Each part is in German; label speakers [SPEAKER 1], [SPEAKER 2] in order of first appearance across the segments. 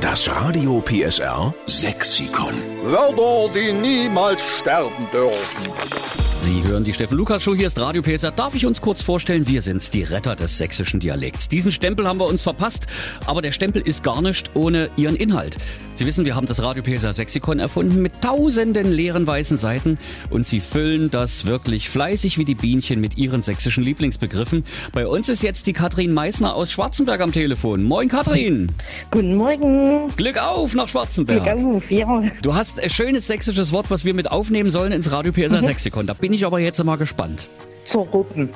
[SPEAKER 1] Das Radio PSR Sexikon.
[SPEAKER 2] Wörter, die niemals sterben dürfen.
[SPEAKER 3] Sie hören die Steffen Lukas Show, hier ist Radio PSR. Darf ich uns kurz vorstellen, wir sind die Retter des sächsischen Dialekts. Diesen Stempel haben wir uns verpasst, aber der Stempel ist gar nicht ohne ihren Inhalt. Sie wissen, wir haben das Radio PSR Sexikon erfunden mit tausenden leeren weißen Seiten und Sie füllen das wirklich fleißig wie die Bienchen mit Ihren sächsischen Lieblingsbegriffen. Bei uns ist jetzt die Katrin Meißner aus Schwarzenberg am Telefon. Moin Katrin,
[SPEAKER 4] Guten Morgen. um
[SPEAKER 3] Glück auf nach Schwarzenberg.
[SPEAKER 4] Auf, ja.
[SPEAKER 3] Du hast ein schönes sächsisches Wort, was wir mit aufnehmen sollen ins Radio PSR Sexikon. Da bin ich aber jetzt mal gespannt.
[SPEAKER 4] Zerruppen.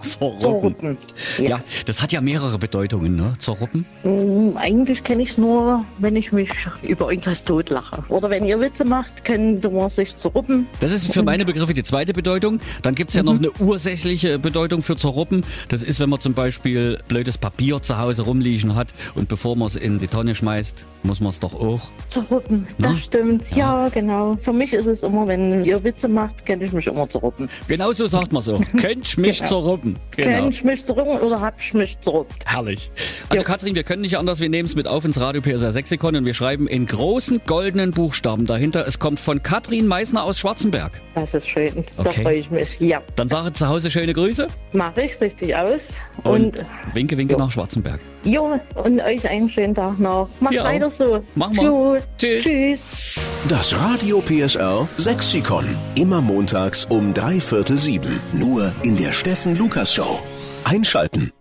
[SPEAKER 4] Zerruppen.
[SPEAKER 3] Ja. das hat ja mehrere Bedeutungen, ne? Zerruppen.
[SPEAKER 4] Ähm, eigentlich kenne ich es nur, wenn ich mich über irgendwas totlache. Oder wenn ihr Witze macht, könnt ihr sich zerruppen. Mhm.
[SPEAKER 3] Das ist für meine Begriffe die zweite Bedeutung. Dann gibt's ja noch eine ursächliche Bedeutung für Zerruppen. Das ist, wenn man zum Beispiel blödes Papier zu Hause rumliegen hat und bevor man es in die Tonne schmeißt, muss man es doch auch.
[SPEAKER 4] Zerruppen,
[SPEAKER 3] Hm?
[SPEAKER 4] das stimmt. Ja. genau. Für mich ist es immer, wenn ihr Witze macht, kenne ich mich immer zerruppen.
[SPEAKER 3] Genauso sagt man Genau so. Könnt mich zerruppen. Genau.
[SPEAKER 4] Kenn ich Genau. mich zerruppen oder hab ich mich zerruppt?
[SPEAKER 3] Herrlich. Also Katrin, wir können nicht anders, wir nehmen es mit auf ins Radio PSR Sexikon und wir schreiben in großen goldenen Buchstaben dahinter. Es kommt von Katrin Meißner aus Schwarzenberg.
[SPEAKER 4] Das ist schön. Da
[SPEAKER 3] Okay.
[SPEAKER 4] freue ich mich. Ja,
[SPEAKER 3] Dann sage zu Hause schöne Grüße
[SPEAKER 4] mache ich richtig aus.
[SPEAKER 3] und,
[SPEAKER 4] Und,
[SPEAKER 3] winke, winke
[SPEAKER 4] Ja.
[SPEAKER 3] nach Schwarzenberg.
[SPEAKER 4] jo, und euch einen schönen Tag noch. Macht
[SPEAKER 3] Dir auch.
[SPEAKER 4] weiter so.
[SPEAKER 3] Machen wir.
[SPEAKER 4] Gut.
[SPEAKER 3] Tschüss.
[SPEAKER 4] Tschüss.
[SPEAKER 1] Das Radio PSR Sexikon. Immer montags um drei Viertel sieben. Nur in der Steffen Lukas Show. Einschalten.